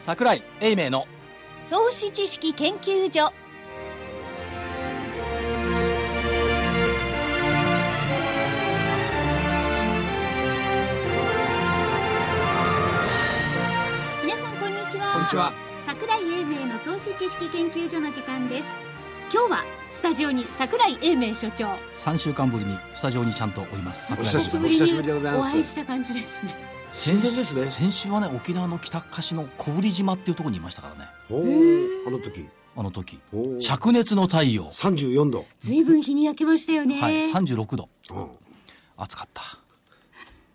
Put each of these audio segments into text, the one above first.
桜井英明の投資知識研究所皆さんこんにちはこんにちは桜井英明の投資知識研究所の時間です今日はスタジオに桜井英明所長3週間ぶりにスタジオにちゃんとおります桜井久しぶりですにお久しぶりでございおます会いした感じですね新鮮ですね先週はね沖縄の北かしの小売島っていうところにいましたからねほうあの時あの時ほう灼熱の太陽34度ずいぶん日に焼けましたよね、はい、36度うん暑かった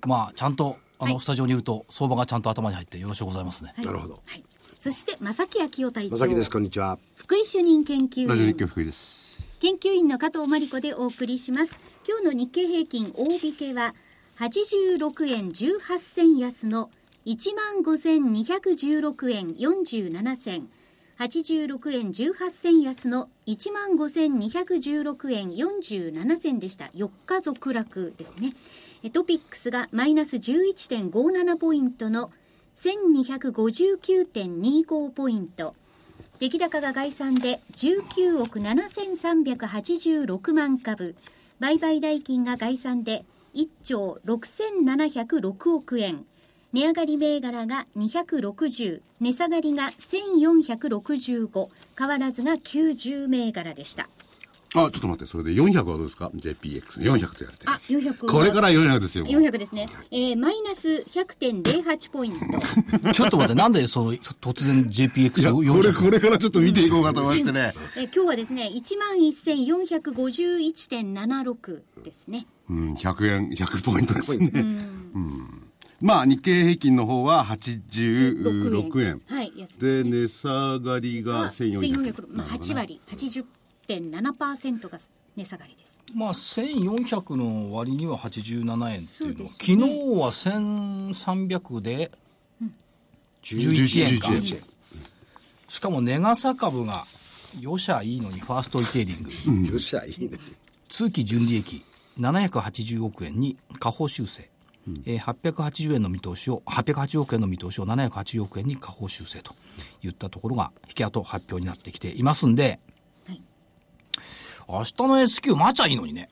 まあちゃんとあの、はいスタジオにいると相場がちゃんと頭に入ってよろしゅうございますね、なるほどはい、そして正木昭夫隊長まさきですこんにちは福井主任研究ラジオ日員経福井です。研究員の加藤真理子でお送りします今日の日経平均大引けは86円18銭安の15,216円47銭86円18銭安の15,216円47銭でした4日続落ですねえトピックスがマイナス11.57ポイントの1259.25ポイント出来高が概算で19億7386万株売買代金が概算で1兆6706億円値上がり銘柄が260値下がりが1465変わらずが90銘柄でしたあ、ちょっと待って、それで400はどうですか ?JPX の400と言われてあます。 400これから400ですよ。もう400ですね、えーマイナス100.08ポイントちょっと待ってなんでそのと突然 JPX をいやこれ、 400これからちょっと見ていこうかと思いましてね。えー今日はですね11,451.76ですねうん、100円、100ポイントですね。うん。まあ、日経平均の方は86円。はい安で、値下がりが1400。まあ、8割80.7%が値下がりですまあ1400の割には87円っていうのそうですね昨日は1300で11 11円円かしかもネガサ株がよしゃいいのにファーストリテイリングよっしゃいいね通期純利益780億円に下方修正、えー880円の見通しを880億円の見通しを780億円に下方修正といったところが引き跡発表になってきていますんで、はい明日の S q 待っちゃいいのにね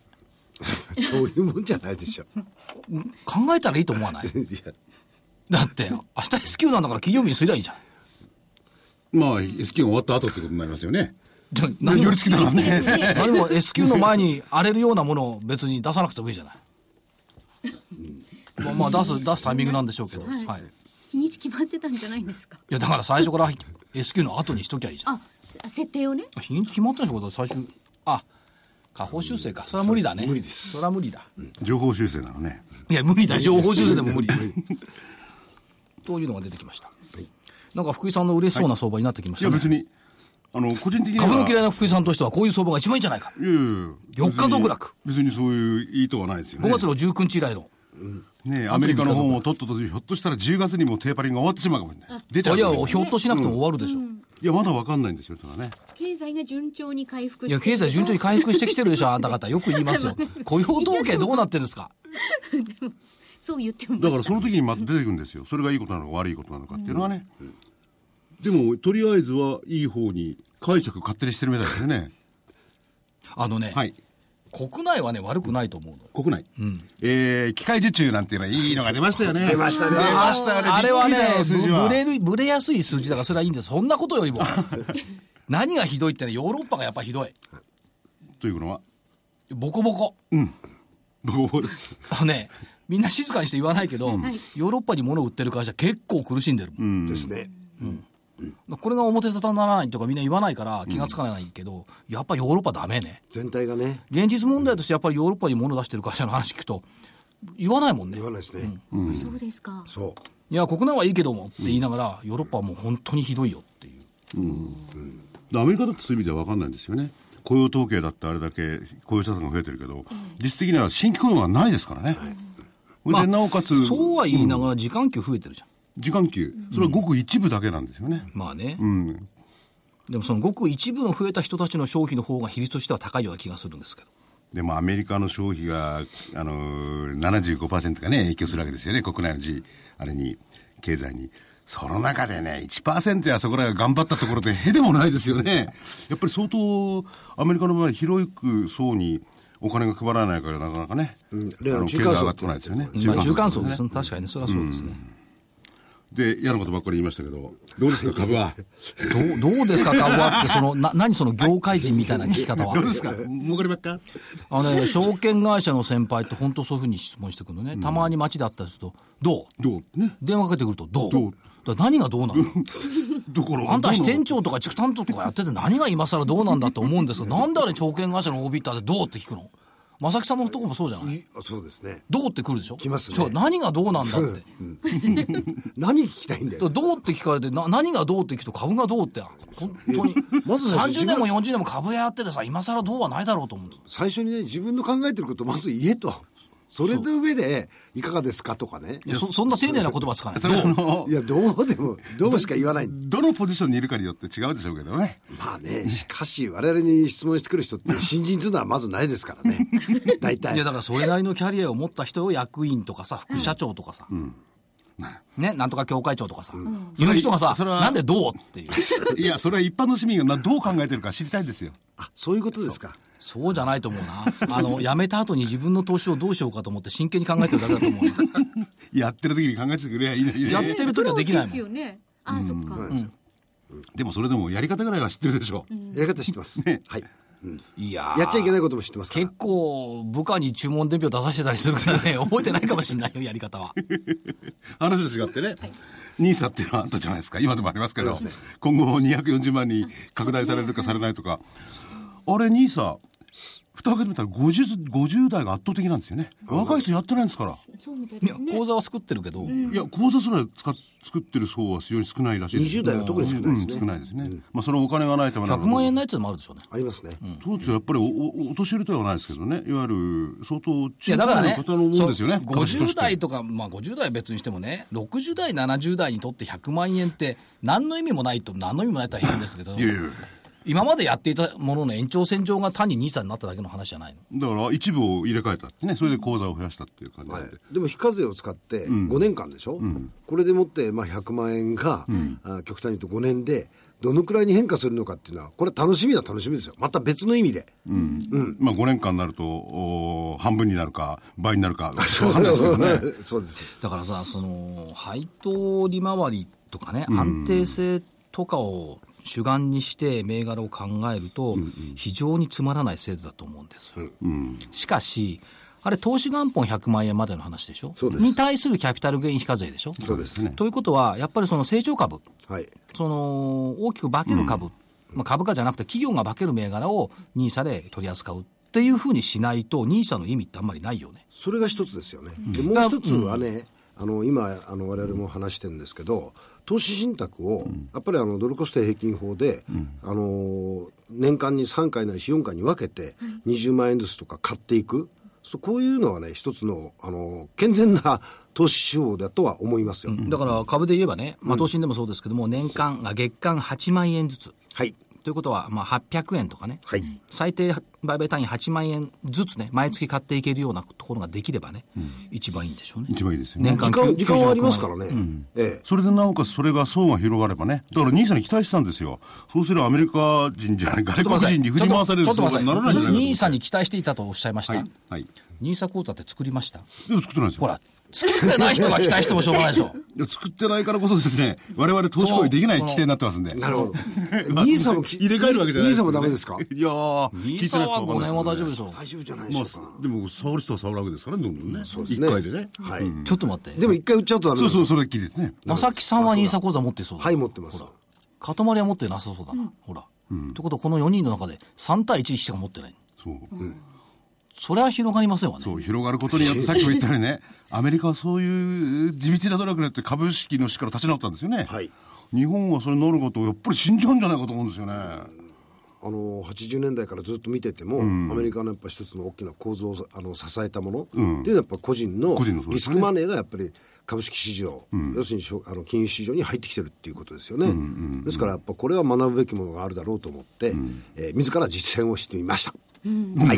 そういうもんじゃない でしょ考えたらいいと思わないいやだって明日 S q なんだから金曜日にすりゃいいじゃんまあ、S q が終わった後ってことになりますよね。じゃあ寄何もり付きたからね。 何も S q の前に荒れるようなものを別に出さなくてもいいじゃない、まあまあ出す出すタイミングなんでしょうけど、はいはい日にち決まってたんじゃないんですかいやだから最初から S q の後にしときゃいいじゃん ああ設定をね日にち決まったんでしょ最終あ下方修正かそれは無理だねそうです無理ですそれは無理だ、情報修正なのね。いや無理だ情報修正でも無理というのが出てきました、なんか福井さんの嬉しそうな相場になってきましいたや、ね、別に、あの、個人的には。株の嫌いな福井さんとしてはこういう相場が一番いいんじゃないかいやいやいや四日続落別に別にそういう意図はないですよね5月の19日以来のねえアメリカの方もとっととひょっとしたら10月にもテーパリングが終わってしまうかもしれない出ちゃあうるいかはもしれないひょっとしなくても終わるでしょう、いやまだわかんないんですよそれはね経済が順調に回復いしてや経済順調に回復してきてるでしょあなた方よく言い ますよ雇用統計どうなってるんですかそう言ってもだからその時にまた出てくるんですよそれがいいことなのか悪いことなのかっていうのはね、でもとりあえずはいい方に解釈勝手にしてるみたいですねあのね、 はい国内はね悪くないと思うの国内、えー、機械受注なんていうのはいいのが出ましたよね出ましたね出ましたよねあれはびねっくりだよ数字ぶはぶれる、ぶれやすい数字だからそれはいいんです。そんなことよ りも。何がひどいってね、ヨーロッパがやっぱひどい。というのはボコボコ。僕ですあのね、みんな静かにして言わないけど、はいヨーロッパに物を売ってる会社結構苦しんでるもん。ですねこれが表沙汰にならないとかみんな言わないから気がつかないけど、やっぱヨーロッパダメね。全体がね現実問題としてやっぱりヨーロッパに物を出してる会社の話聞くと、言わないもんね言。わないですねそうですかそういや、国内はいいけどもって言いながら、ヨーロッパはもう本当にひどいよっていう。アメリカだとそういう意味では分かんないんですよね 雇用統計だってあれだけ雇用者数が増えてるけど、実質的には新規雇用がないですからね、それでなおかつそうは言いながら時間給増えてるじゃん。時間給それはごく一部だけなんですよね、まあね。うんでもそのごく一部の増えた人たちの消費の方が比率としては高いような気がするんですけど。でもアメリカの消費が、あのー、75%がね影響するわけですよね国内の G あれに経済にその中でね、1%やそこらが頑張ったところで、へでもないですよね。やっぱり相当、アメリカの場合、広く層にお金が配らないから、なかなかね、んあの中経済間層上がってこないですよね。まあ、中間層ですね。ね確かにねそれはそうですね、で、嫌なことばっかり言いましたけど、どうですか、株は。どうどうですか株はってそのな何その業界人みたいな聞き方はどうです か儲かりばっかあのね証券会社の先輩って本当そういうふうに質問してくるのね、たまに街で会ったりすると「どう?どうね。」電話かけてくると「どう?どうだから何がどうなのどころあんた支店長とか地区担当とかやってて何が今更どうなんだと思うんですが、なんであれ証券会社の OB ってあれどうって聞くの正木さんのとこもそうじゃないあそうですね。どうって来るでしょ来ますねそう何がどうなんだって。 何聞きたいんだよ。どうって聞かれてな何がどうって聞くと株がどうって本当にまず最30初年も40年も株やっててさ今更どうはないだろうと思うんです最初にね、自分の考えてることをまず言えと。それの上で、いかがですかとかね。いやそそんな丁寧な言葉使わないそれはあのいや、どうでも、どうしか言わない。どのポジションにいるかによって違うでしょうけどね。まあね、しかし、我々に質問してくる人って、新人っていうのはまずないですからね。大体。いやだからそれなりのキャリアを持った人を役員とかさ副社長とかさ、ねなんとか協会長とかさ、そういう人がさそれはなんでどうっていういや、それは一般の市民がなどう考えてるか知りたいんですよ。あ、そういうことですか。そうじゃないと思うな。あ の、辞めた後に自分の投資をどうしようかと思って真剣に考えてるだけだと思うな。やってる時に考えてくれりゃいいのにねやってる時はできなプロでいもんすよね。あ、そっか。でもそれでもやり方ぐらいは知ってるでしょう。やり方知ってます。はい。いやーやっちゃいけないことも知ってますから結。構、部下に注文伝票出させてたりするから ね、覚えてないかもしれないよ、やり方は。話と違ってね。ニーサっていうのはあったじゃないですか。今でもありますけど、今後240万に拡大されるかされないとか。あれ、ニーサ、蓋開けてみたら 50, 50代が圧倒的なんですよね。若い人やってないんですから。そうみたいいでやすね。口座は作ってるけど、いや、口座すら使っ作ってる層は非常に少ないらしいです20代は特に少ないですねうん少ないですね。まあ、そのお金がないためなの100と万円ないっていうのもあるでしょうね。ありますね。そうですよ、やっぱりおおお年寄りではないですけどね、いわゆる相当い中や、だから高ね年、の方のもんですよね、そう50代ととか、まあ50代は別にしてもね、60代、70代にとって100万円って、何の意味もないと、何の意味もないとは変ですけどい、やいや、今までやっていたものの延長線上が単に NISA になっただけの話じゃないの。だから一部を入れ替えたってね、それで口座を増やしたっていう感じなんはいで、、でも非課税を使って5年間でしょ、これでもってまあ100万円が、あ極端に言うと5年でどのくらいに変化するのかっていうのはこれ楽しみだ楽しみですよまた別の意味で、まあ、5年間になると、お半分になるか、倍になる か、分かんないですけどね、 そうですだからさその配当利回りとかね安定性とかを主眼にして銘柄を考えると非常につまらない制度だと思うんですよ、しかしあれ投資元本100万円までの話でしょそうですに対するキャピタルゲイン非課税でしょそうですねということはやっぱりその成長株はいその大きく化ける株、まあ、株価じゃなくて企業が化ける銘柄を NISA で取り扱うっていうふうにしないと NISA の意味ってあんまりないよねそれが一つですよね、でもう一つはね、あの今あの我々も話してるんですけど投資信託を、やっぱりあのドルコスト平均法で、あの年間に3回ないし4回に分けて20万円ずつとか買っていく、そうこういうのはね一つのあの健全な 投資手法だとは思いますよ、だから株で言えばね、まあ、投資でもそうですけども、年間、あ月間8万円ずつ。はいということは、まあ、800円とかね、はい最低売買単位8万円ずつね、毎月買っていけるようなところができればね、一番いいんでしょうね。一番いいですよね。年時間間時間はありますらからね、ええそれでなおかつそれが層が広がればね。だから兄さんに期待してたんですよ。そうすればアメリカ人じゃない、外国人に振り回されるちょっ相と待っ場にてならないんじゃないかと思って兄さんに期待していたとおっしゃいました。はい。はい。兄さん口座って作りましたでも作ってないですよ。ほら、作ってない人が期待してもしょうがないでしょ。 いや作ってないからこそですね、我々投資行為できない規定になってますんで。なるほど まあ兄さんもき入れ替えるわけじゃない兄さんもダメですかいやー、兄さんは5年は大丈夫でょ。しょう。大丈夫じゃないでましあょうか、、でも、触る人は触るわけですからね、どんどんね。そうです一ね回でね。はい、ちょっと待って。でも一回売っちゃうとダメでそうすそう、それっきりですね。正木さんは兄さん口座持ってそうだはい持ってます塊は持ってなさそうだな、ほら、ってことはこの4人の中で3対1しか持ってないそう。それは広がりませんわねそう、広がることによって、さっきも言ったようにね、アメリカはそういう地道な努力によって株式の市から立ち直ったんですよね。はい日本はそれ乗ることをやっぱり信じゃうんじゃないかと思うんですよね。あの80年代からずっと見てても、アメリカのやっぱ一つの大きな構造をあの支えたもの、っていうのはやっぱ個人の個人のそうリでスすねクマネーがやっぱり株式市場、要するにしょあの金融市場に入ってきてるっていうことですよね、ですからやっぱこれは学ぶべきものがあるだろうと思って、えー自ら実践をしてみました、はい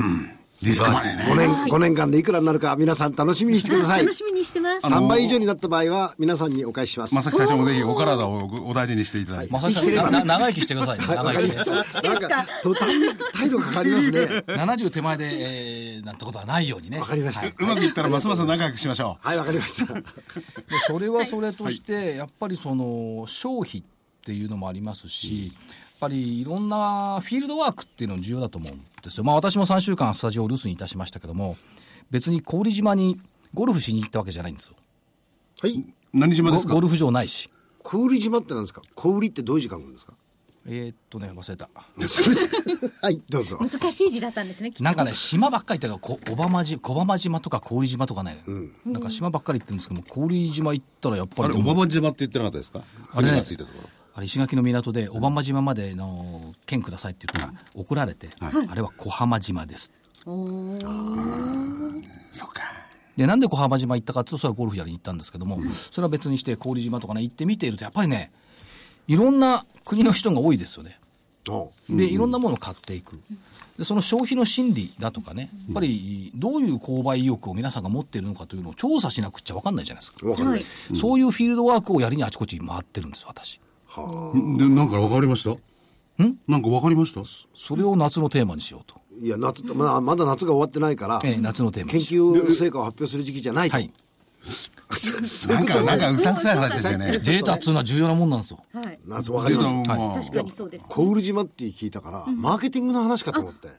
リスクマネーねは5年、い五年間でいくらになるか皆さん楽しみにしてください。楽しみにしてます。 3倍以上になった場合は皆さんにお返しします。正木社長もぜひお体をおお大事にしていただいて、まさ生きてれさばん、な長生きしてくださいね。長生きね。なんか、途端に態度が変わりますね。 70手前で、えーなんてことはないようにね。わかりました。うまくいったらますます仲良くしましょうはい、わかりました。でそれはそれとして、やっぱりその消費っていうのもありますし、やっぱりいろんなフィールドワークっていうのも重要だと思うんですよ。まあ私も3週間スタジオを留守にいたしましたけども、別に郡島にゴルフしに行ったわけじゃないんですよ。はい。何島でゴすかゴルフ場ないし。小売島って何ですか小売ってどういう時間なんですかえーっとね、忘れた。そうですはい、どうぞ。難しい字だったんですね。きっとなんかね、島ばっかり行ったから、こ小浜島、小浜島とか郡島とかね、なんか島ばっかり行ってるんですけども、郡島行ったらやっぱありれ、どう小も、浜島って言ってなかったですかあれね船がついたところ。あれ石垣の港で小浜島までの券くださいって言ったら怒られて、あれは小浜島です。そうかで、なんで小浜島行ったかっていうと、それはゴルフやりに行ったんですけども、それは別にして、郡島とかね、行ってみていると、やっぱりね、いろんな国の人が多いですよね。おで、いろんなものを買っていく。で、その消費の心理だとかね、やっぱり、どういう購買意欲を皆さんが持っているのかというのを調査しなくっちゃ分かんないじゃないですか。わかんないです。そういうフィールドワークをやりにあちこち回ってるんです、私。でなんか分かりましたんなんか分かりましたそれを夏のテーマにしようと。いや、夏、まだ、まだ夏が終わってないから、ええ研夏のテーマにしよ究成果を発表する時期じゃない。う。はい。。 そうないうこんかとなんでかうさんくさい話ですよねデータっつうのは重要なもんなんですよ。はい。夏、わかります。まあ確かにそうですね。小売島って聞いたから、マーケティングの話かと思って。あ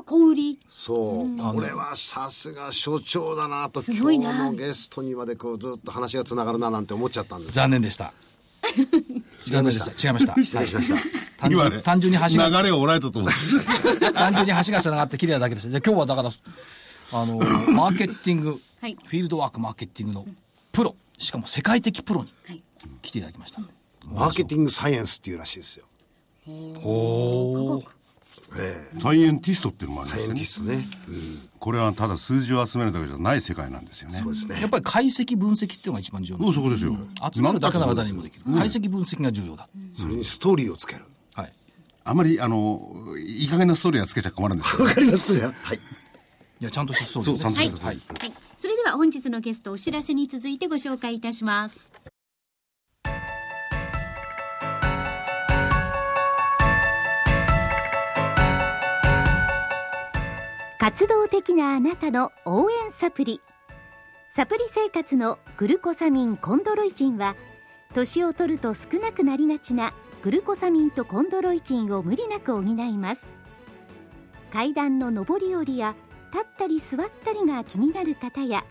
あ、小売り。そう、これはさすが所長だなと、すごい今な日のゲストにまでこうずっと話がつながるななんて思っちゃったんです。残念で した。残念でした。違いました。 失礼しました。単純ね単純に橋が流れをおられたと思うんです 単純に橋がつながって綺麗なだけですじゃあ今日はだからあ のマーケティング、はいフィールドワークマーケティングのプロしかも世界的プロにはい。来ていただきましたんで、 マーケティングサイエンスっていうらしいですよ。おーええサイエンティストっていうのもありまサイすエよンテねィストね。これはただ数字を集めるだけじゃない世界なんですよねそうですね。やっぱり解析分析っていうのが一番重要なんもでうそこですよす集めるだけなら誰にもできる、解析分析が重要だ、それにストーリーをつける。はいあまりあのいい加減なストーリーはつけちゃ困るん ですよわかりますよ。はい。いやちゃんとしたストーリーそうちゃんとねしたストーはリいはい。それでは本日のゲストお知らせに続いてご紹介いたします。活動的なあなたの応援サプリ。サプリ生活のグルコサミンコンドロイチンは年を取ると少なくなりがちなグルコサミンとコンドロイチンを無理なく補います階段の上り下りや立ったり座ったりが気になる方や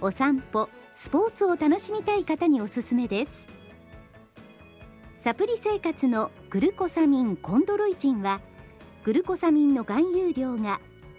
お散歩スポーツを楽しみたい方におすすめですサプリ生活のグルコサミンコンドロイチンはグルコサミンの含有量が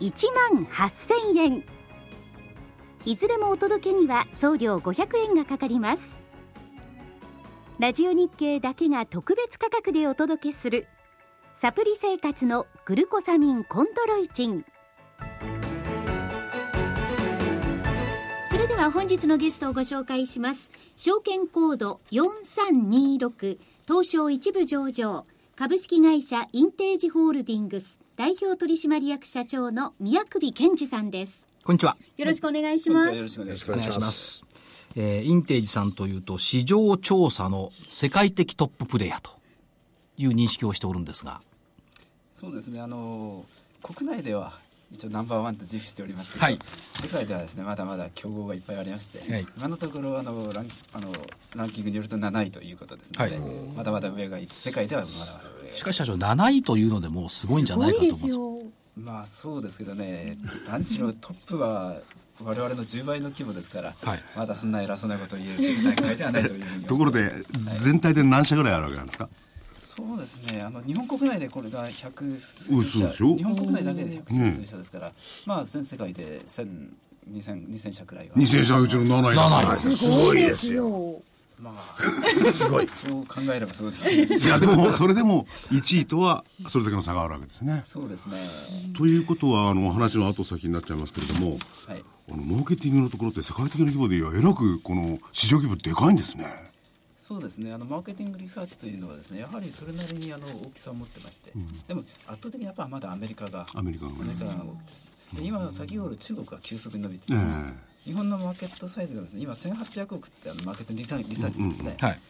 1万8000円いずれもお届けには送料500円がかかりますラジオ日経だけが特別価格でお届けするサプリ生活のグルコサミンコンドロイチンそれでは本日のゲストをご紹介します証券コード4326東証一部上場株式会社インテージホールディングス代表取締役社長の宮首健二さんですこんにちはよろしくお願いします、お願いしますえーインテージさんというと市場調査の世界的トッププレイヤーという認識をしておるんですがそうですねあの国内では一応ナンバーワンと自負しておりますけど、はい世界ではですねまだまだ競合がいっぱいありまして、はい今のところあのランあのランキングによると7位ということですので、はいまだまだ上がい世界ではまだまだ上がしかし社長7位というのでもうすごいんじゃないかと思うんですよよまあそうですけどね何しろトップは我々の10倍の規模ですから、はいま だそんな偉そうなことを言える段階ではないというふうにところで全体で何社ぐらいあるわけなんですかそうですねあの日本国内でこれが100うん数そう社でしょ日本国内だけで100ね数社ですから、まあ全世界で1000 2000 2000社くらいは2000社うちの7位だ7位はいすごいですよ。ま あすごい。そう考えればそうですねいやでもそれでも1位とはそれだけの差があるわけですね。そうですねということはあのお話の後先になっちゃいますけれどもはいあのマーケティングのところって世界的な規模でいやえらくこの市場規模でかいんですね。そうですねあのマーケティングリサーチというのはですねやはりそれなりにあの大きさを持ってまして、でも圧倒的にやっぱまだアメリカがアメリカのねアメリカが多くです、で今先ほど中国が急速に伸びてええます、日本のマーケットサイズがですね今1800億ってあのマーケットリサーチリサーチですね、はい。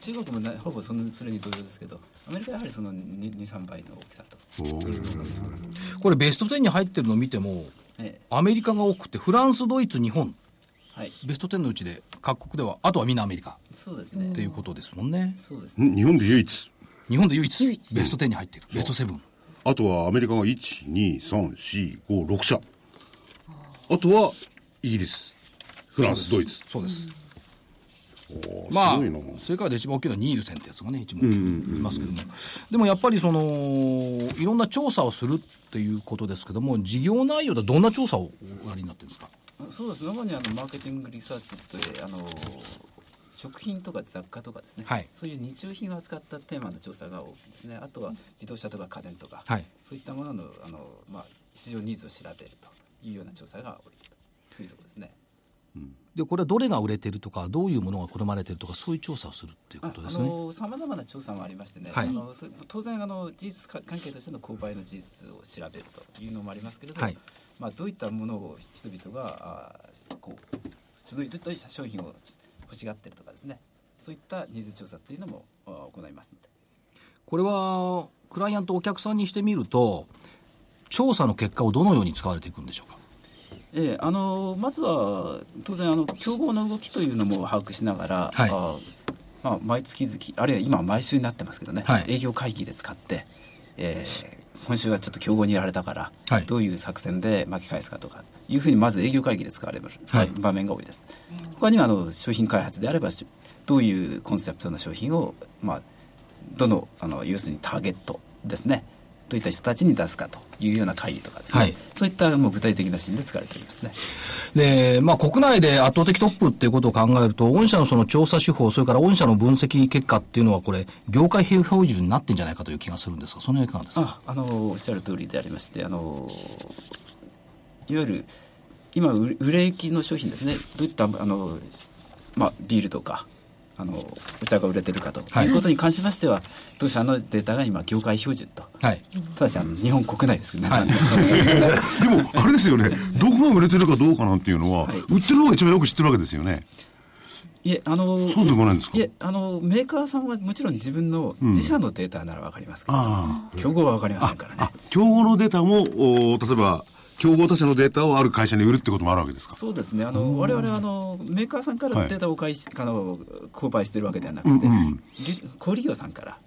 中国もなほぼそのそれに同様ですけどアメリカはやはりその23倍の大きさと、おこれベスト10に入ってるのを見ても、ええアメリカが多くて、フランス、ドイツ、日本、はい、ベスト10のうちで各国では、あとはみんなアメリカそうですってねいうことですもんね。そうですねん日本で唯一日本で唯一、ベスト10に入ってる。ベスト7。あとはアメリカが12345社あとはイギリスフランスドイツそうです。おーますあごいな、世界で一番大きいのはニールセンってやつがね、一番大きいいますけども、でもやっぱりその、いろんな調査をするっていうことですけども、事業内容ではどんな調査をおやりになってるんですか、そうです主にあのマーケティングリサーチってあの食品とか雑貨とかですね、はいそういう日用品を扱ったテーマの調査が多くですねあとは自動車とか家電とか、はいそういったもののあの、まあ、市場ニーズを調べるというような調査が多いとそういうところですねでこれはどれが売れてるとか、どういうものが好まれてるとか、そういう調査をするっていうあことですね。のさまざまな調査もありましてね、はいあのそれ当然あの事実か関係としての購買の事実を調べるというのもありますけれど、はいまあ、どういったものを人々があーこうそのどういった商品を欲しがってるとかですねそういったニーズ調査っていうのもあー行いますのでこれはクライアントお客さんにしてみると調査の結果をどのように使われていくんでしょうかええあのまずは当然あの競合の動きというのも把握しながら、はいあーまあ、毎月々あるいは今は毎週になってますけどね、はい営業会議で使って、えー今週はちょっと競合にやられたから、はいどういう作戦で巻き返すかとかいうふうにまず営業会議で使われるはい場面が多いです、他にはあの商品開発であればしどういうコンセプトの商品を、まあ、どのあの要するにターゲットですねどういった人たちに出すかというような会議とかですね、はいそういったもう具体的なシーンで使われておりますね。で、まあ、国内で圧倒的トップっていうことを考えると御社のその調査手法それから御社の分析結果っていうのはこれ業界標準になってんじゃないかという気がするんですがその辺いかがですかああのおっしゃる通りでありましてあのいわゆる今売れ売れ行きの商品ですねどういったあの、しまあ、ビールとかあのお茶が売れてるかとはいいうことに関しましては、当社のデータが今業界標準とはいただしあの日本国内ですけどね、はいでもあれです よねどこが売れてるかどうかなんていうのは、はい売ってる方が一番よく知ってるわけですよねいえあのそうでもないんですかいえあのメーカーさんはもちろん自分の自社のデータならわかりますけど、あ競合はわかりませんからねあ競合のデータもお例えば競合他社のデータをある会社に売るってこともあるわけですかそうですね、あの我々はあのメーカーさんかはらいデータをお返し、あの購買してるわけではなくて、り小売業さんから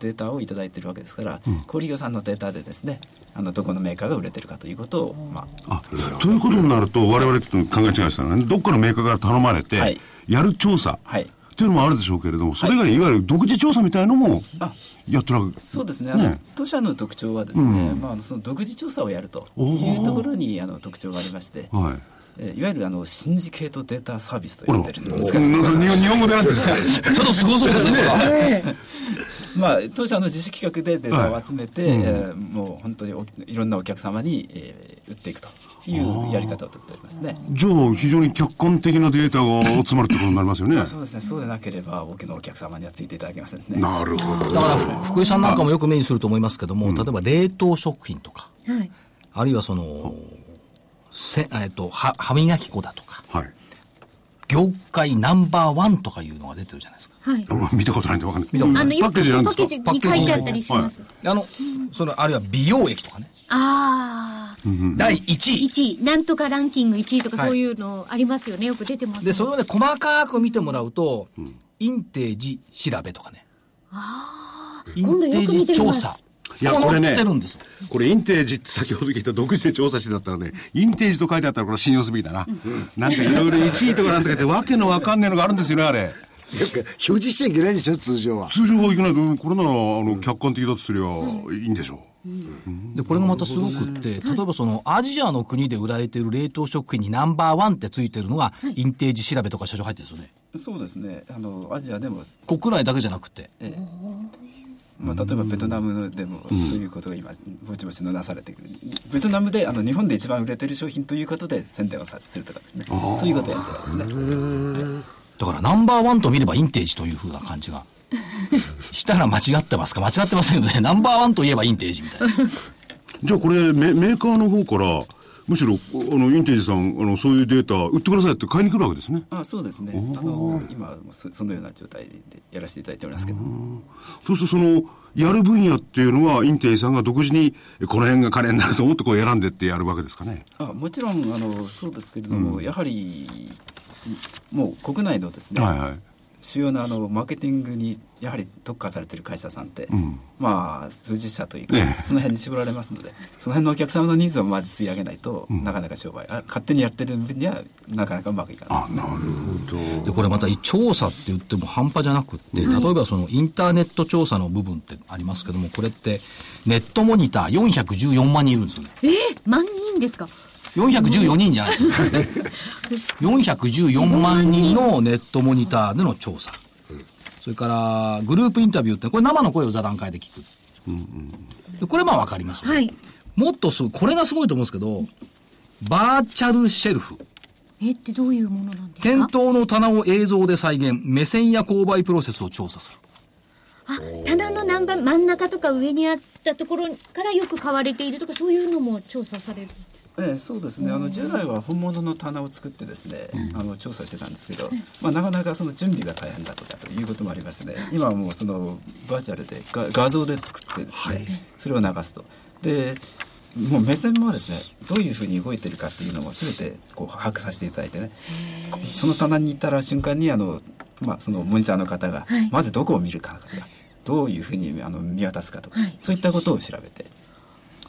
データをいただいてるわけですから、小売業さんのデータでですね、あのどこのメーカーが売れてるかということを、まあ、あということになると我々ちょっと考え違いしたのはねどっかのメーカーから頼まれて、はいやる調査、はいっていうのもあるでしょうけれどもそれ以外にいわゆる独自調査みたいのもあやってるわけそうですね、あの当社の特徴はですね、まああのその独自調査をやるというところにあの特徴がありまして。はいえいわゆるあのシンジケートデータサービスとほら呼んなんでかる日んで本すけど日本語で なんですねちょっとすごそうですねまあ、当社の自主企画でデータを集めて、はいうんえーもう本当においろんなお客様に、えー売っていくというやり方をとっておりますね。じゃあ非常に客観的なデータが集まるってことになりますよねまあそうですね、そうでなければ多くのお客様にはついていただけませんね。なるほどだからふ福井さんなんかもよく目にすると思いますけども、例えば冷凍食品とかはい。あるいはそのせ、えっと、は歯磨き粉だとかはい業界ナンバーワンとかいうのが出てるじゃないですかはい。俺見たことないんでわかんない見たことあの、よパッくケージなんパでッすケかージに書いてあったりします。あの、その、あるいは美容液とかね。ああ。第1位。 1位、なんとかランキング1位とかはいそういうのありますよね。よく出てますね。で、それをね、細かく見てもらうと、インテージ調べとかね。イン今度テよーく見ジてみ調ます査。いやこれね載ってるんですよこれインテージって先ほど聞いた独自で調査してだったらねインテージと書いてあったらこれは信用すべきだな、なんかいろいろ1位とかなんとかってわけのわかんねえのがあるんですよねあれ表示しちゃいけないでしょ、通常は。通常はいけないとこれならあの客観的だとすりゃいいんでしょう、でこれがまたすごくって、例えばそのアジアの国で売られている冷凍食品にナンバーワンってついてるのが、インテージ調べとか社長入ってるんですよねそうですねあのアジアでも、国内だけじゃなくてまあ、例えばベトナムでもそういうことが今ぼちぼちのなされてくる、ベトナムであの日本で一番売れてる商品ということで宣伝をさするとかですねそういうことをやってるわけですねだからナンバーワンと見ればインテージというふうな感 じがしたら間違ってますか間違ってませんよねナンバーワンといえばインテージみたいなじゃあこれメメーカーの方からむしろあのインテージさんあのそういうデータ売ってくださいって買いに来るわけですねあそうですねあの今そそのような状態でやらせていただいておりますけどそうするとそのやる分野っていうのはインテージさんが独自にこの辺が金になると思ってこう選んでってやるわけですかねあもちろんあのそうですけれども、やはりもう国内のですね、はいはい主要なあのマーケティングにやはり特化されてる会社さんって、まあ数十社というか、ええその辺に絞られますのでその辺のお客様のニーズをまず吸い上げないと、なかなか商売あ勝手にやってる分にはなかなかうまくいかないですねでこれまた調査って言っても半端じゃなくって、例えばそのインターネット調査の部分ってありますけどもこれってネットモニター414万人いるんですよねえ万人ですか414人じゃないですよね414万人のネットモニターでの調査それからグループインタビューってこれ生の声を座談会で聞くでこれまあ分かりますよね、はいもっとすごいこれがすごいと思うんですけどバーチャルシェルフえってどういうものなんです店か頭の棚を映像で再現目線や購買プロセスを調査するあ棚の何番真ん中とか上にあったところからよく買われているとかそういうのも調査されるんですかええ、そうですねあの従来は本物の棚を作ってですね、あの調査してたんですけど、まあ、なかなかその準備が大変だとかということもありましてね今はもうそのバーチャルでが画像で作ってですね、それを流すとでもう目線もですねどういうふうに動いてるかっていうのも全てこう把握させていただいてねこその棚にいたら瞬間にあの、まあ、そのモニターの方がはいまずどこを見るかとか、どういうふうにあの見渡すかとか、はいそういったことを調べて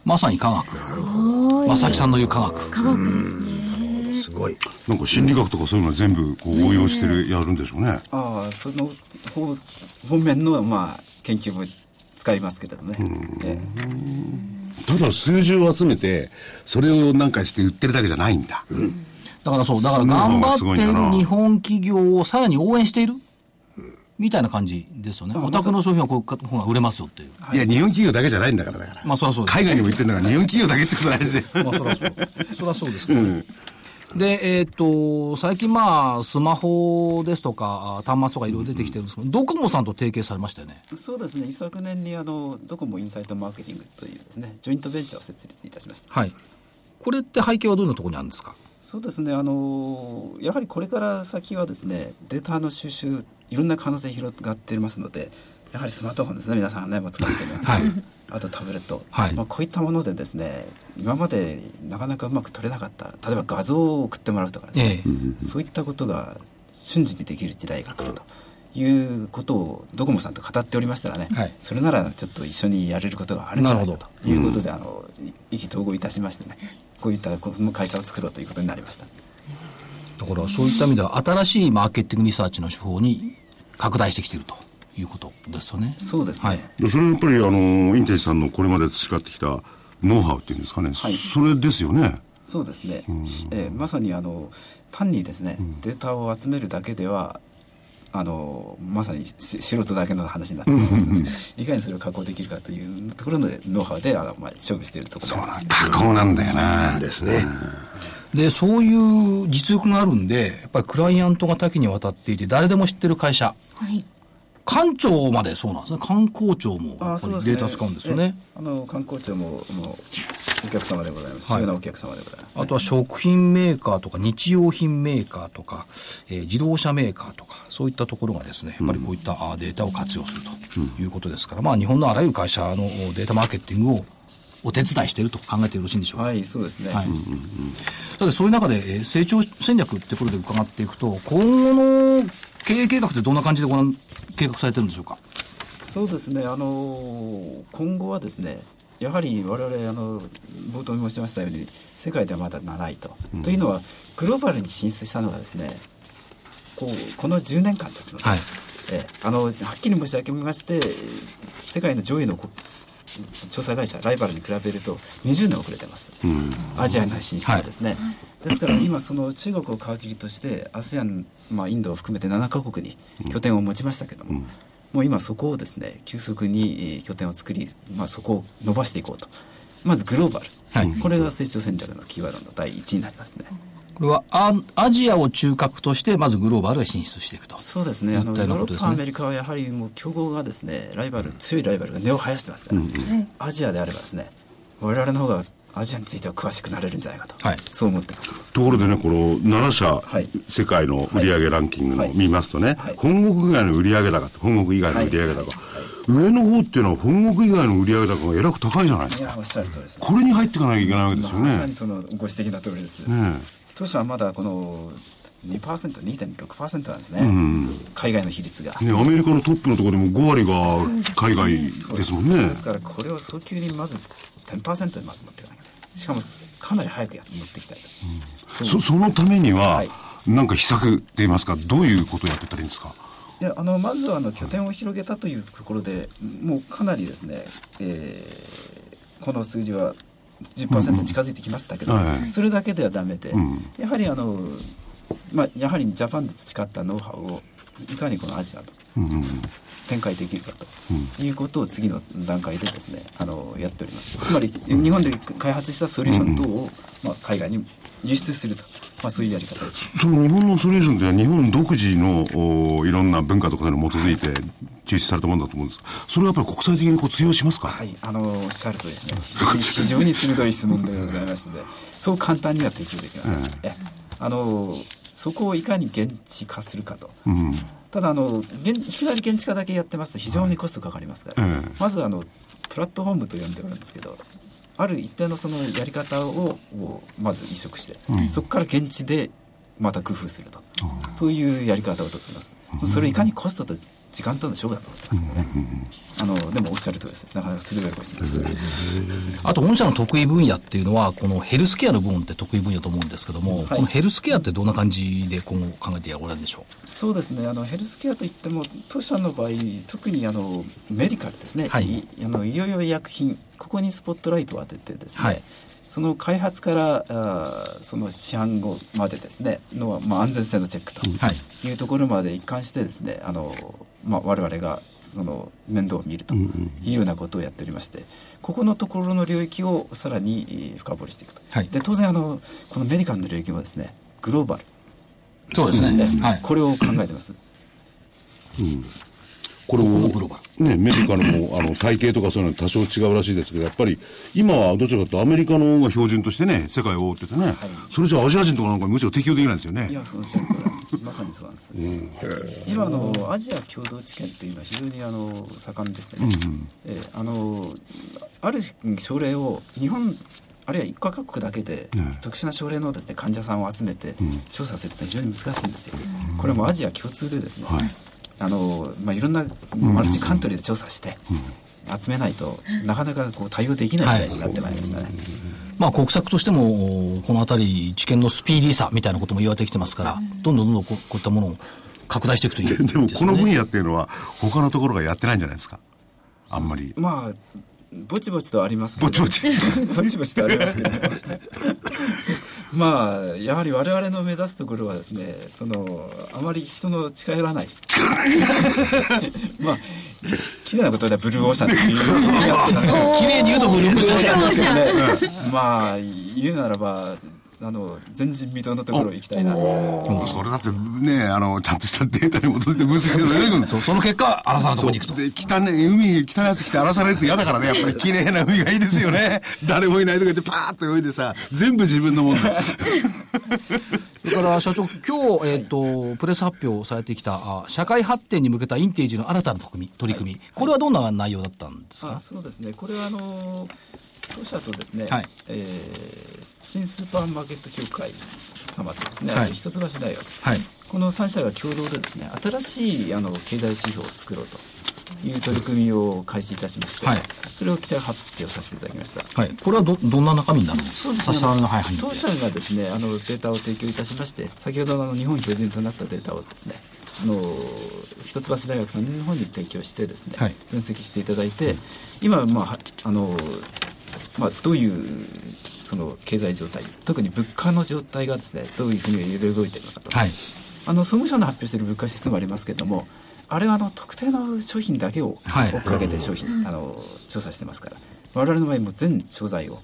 まさに科学おーい正木さんの言う科学科学ですねすごい。なんか心理学とかそういうのは全部こう応用してる、やるんでしょうねああその方方面の、まあ、研究も使いますけどね、ええただ数字を集めてそれをなんかして売ってるだけじゃないんだ、だからそうだから頑張ってうんすごいるな日本企業をさらに応援しているみたいな感じですよねお宅の商品はこうか方が売れますよっていうい、や日本企業だけじゃないんだからだから、まあそりゃそうです海外にも行ってるんだから日本企業だけってことないですよまあ、そら そう。そらそうですけど、で、えーっと、最近まあ、スマホですとか、あ端末とかいろいろ出てきてるんですけど、ドコモさんと提携されましたよね。そうですね一昨年にあのドコモインサイトマーケティングというですねジョイントベンチャーを設立いたしましたはい。これって背景はどんなところにあるんですかそうですねあのやはりこれから先はですねデータの収集いろんな可能性広がっていますのでやはりスマートフォンですね皆さんね、まあ、使ってる、 はいあとタブレット、はいまあ、こういったものでですね今までなかなかうまく取れなかった例えば画像を送ってもらうとかですね、ええそういったことが瞬時にできる時代が来るということをドコモさんと語っておりましたらね、はいそれならちょっと一緒にやれることがあるんじゃないかということであの意気投合いたしましてねこういったこの会社を作ろうということになりました。だから、そういった意味では、新しいマーケティングリサーチの手法に拡大してきてるということですよね。そうですねはい。でそれはやっぱりあのインテージさんのこれまで培ってきたノウハウっていうんですかね、いそれですよねそうですね、えーまさにあの単にですね、データを集めるだけではあのまさにし素人だけの話になってしまいますのでいかにそれを加工できるかというところのノウハウであの、まあ、勝負しているところがあります加工なんだよなですね。で、そういう実力があるんで、やっぱりクライアントが多岐にわたっていて、誰でも知ってる会社。はい官庁までそうなんですね。官公庁もやっぱりデータ使うんですよね。ええあの観光庁ももうお客様でございます。主はい要なお客様でございます、ねあとは食品メーカーとか日用品メーカーとか、えー自動車メーカーとかそういったところがですねやっぱりこういったあーデータを活用するということですから、まあ、日本のあらゆる会社のデータマーケティングをお手伝いしていると考えてよろしいんでしょうか。はい、そうですね。はいさてそういう中で、えー成長戦略ってことで伺っていくと今後の経営計画ってどんな感じでご覧計画されてるんでしょうかそうですね。あの今後はですね、やはり我々あの冒頭に申しましたように世界ではまだ7位と、というのはグローバルに進出したのがですね。こうこの10年間ですので、はいええあのはっきり申し上げまして世界の上位のこ調査会社ライバルに比べると20年遅れてます、アジアへの進出はですね、ですから今その中国を皮切りとして ASEAN、まあ、インドを含めて7カ国に拠点を持ちましたけども、もう今そこをですね急速にえー拠点を作り、まあ、そこを伸ばしていこうとまずグローバル、はいこれが成長戦略のキーワードの第一になりますね、これはアアジアを中核としてまずグローバルへ進出していくとそうですね、あみのヨたいなーこロとッですねパ、アメリカはやはりもう強豪がですねライバル、強いライバルが根を生やしてますから、アジアであればですね、我々の方がアジアについては詳しくなれるんじゃないかと、はいそう思ってます。ところでね、この7社、はい世界の売上ランキングはのい見ますとね、はい本国以外の売上高と、本国以外の売上高、上の方っていうのは本国以外の売上高がえらく高いじゃないでいすか。や、おっしゃる通りですね。これに入っていかなきゃいけないわけですよまさねに。そのご指摘の通りです。ねえ当初はまだこの2%、2.6%なんですね、海外の比率が。ね、アメリカのトップのところでも5割が海外ですもんねで。すからこれを早急にまず10%でまず持っていかなきゃいけないしかもかなり早くや持っていきたいと、そそのためには、はいなんか秘策って言いますか、どういうことをやってったらいいんですか。いやあのまずはあの拠点を広げたというところでもうかなりですね、えーこの数字は10%近づいてきましたけど、はいはいそれだけではダメで、んやはりあの、まあ、やはりジャパンで培ったノウハウをいかにこのアジアと展開できるかと、いうことを次の段階でですねあのやっておりますつまり日本で開発したソリューション等を、まあ、海外に輸出すると、まあ、そういうやり方です。その日本のソリューションというのは日本独自のおいろんな文化とかに基づいて実施されたものだと思うんですそれはやっぱり国際的にこう通用しますか、はい、あのおっしゃるとですね非常に非常に鋭い質問でございましたのでそう簡単には提供できません、えあのそこをいかに現地化するかと、ただあの現いきなり現地化だけやってますと非常にコストかかりますから、ええまずあのプラットフォームと呼んでおるんですけどある一定のそのやり方ををまず移植して、そこから現地でまた工夫すると、そういうやり方をとっています、それいかにコストと時間との勝負だと思ってますけどね、あのでもおっしゃる通りですなかなか鋭いご質問ですね、あと御社の得意分野っていうのはこのヘルスケアの部分って得意分野と思うんですけども、いこのヘルスケアってどんな感じで今後考えておられるんでしょうそうですねあのヘルスケアといっても当社の場合特にあのメディカルですね、はいあの医療用薬品ここにスポットライトを当ててですね、はいその開発からあーその市販後までですねの、まあ、安全性のチェックと、はいいうところまで一貫してですねあの、まあ、我々がその面倒を見るというようなことをやっておりましてここのところの領域をさらにえー深掘りしていくと、はいで当然あのこのメディカルの領域もですねグローバルそうですねはいこれを考えてます、これをここのグローバね、メディカル もあの体系とかそういうのは多少違うらしいですけどやっぱり今はどちらかというとアメリカの方が標準としてね世界を覆っててね、それじゃアジア人とかなんかにむしろ適用できないんですよねいやその通りなんですまさにそうなんです、今あのアジア共同知見っていうのは非常にあの盛んでしてね、えーあのある症例を日本あるいは一カ各国だけで特殊な症例のです、ね、患者さんを集めて調査するって非常に難しいんですよ、これもアジア共通でですね、あのまあ、いろんなマルチカントリーで調査して集めないとなかなかこう対応できない時代になってまいりましたね、まあ、国策としてもこの辺り知見のスピーディーさみたいなことも言われてきてますから、どんどんどんどんここういったものを拡大していくといいです、ね、でもこの分野っていうのは他のところがやってないんじゃないですかあんまりまあぼちぼちとありますけどぼちぼちぼちぼちとありますけど まあやはり我々の目指すところはですねそのあまり人の近寄らない まあ綺麗なことではブルーオーシャンっていうやつなんで 綺麗に言うとブルーオーシャン そうなんですけ どねまあ言うならばあの前人未到のところ行きたいなとそれだってねあのちゃんとしたデータに基づいて分析するのねそうその結果新たなところに行くとで汚ね海汚いやつ来て荒らされると嫌だからねやっぱり綺麗な海がいいですよね誰もいないとこでパーッと泳いでさ全部自分のも のだそれから社長今日、えっとプレス発表されてきたあ社会発展に向けたインテージの新たな取り組み取り組み、これはどんな内容だったんですかあそうですねこれはあの当社とですね、はいえー新スーパーマーケット協会様とですね、はいあと一橋大学はいこの3社が共同でですね新しいあの経済指標を作ろうという取り組みを開始いたしまして、はいそれを記者発表させていただきました。はい、これはどどんな中身になるんですか、差し障りの範囲に当社がですねあのデータを提供いたしまして先ほどのあの日本標準となったデータをですねあの一橋大学さんの方に提供してですね、はい分析していただいて今、まあは、あの、まあ、どういうその経済状態特に物価の状態がですねどういうふうに揺れ動いているのかと、はいあの総務省の発表している物価指数もありますけれどもあれはあの特定の商品だけをはい追っかけて商品、あの調査してますから我々の場合も全商材を、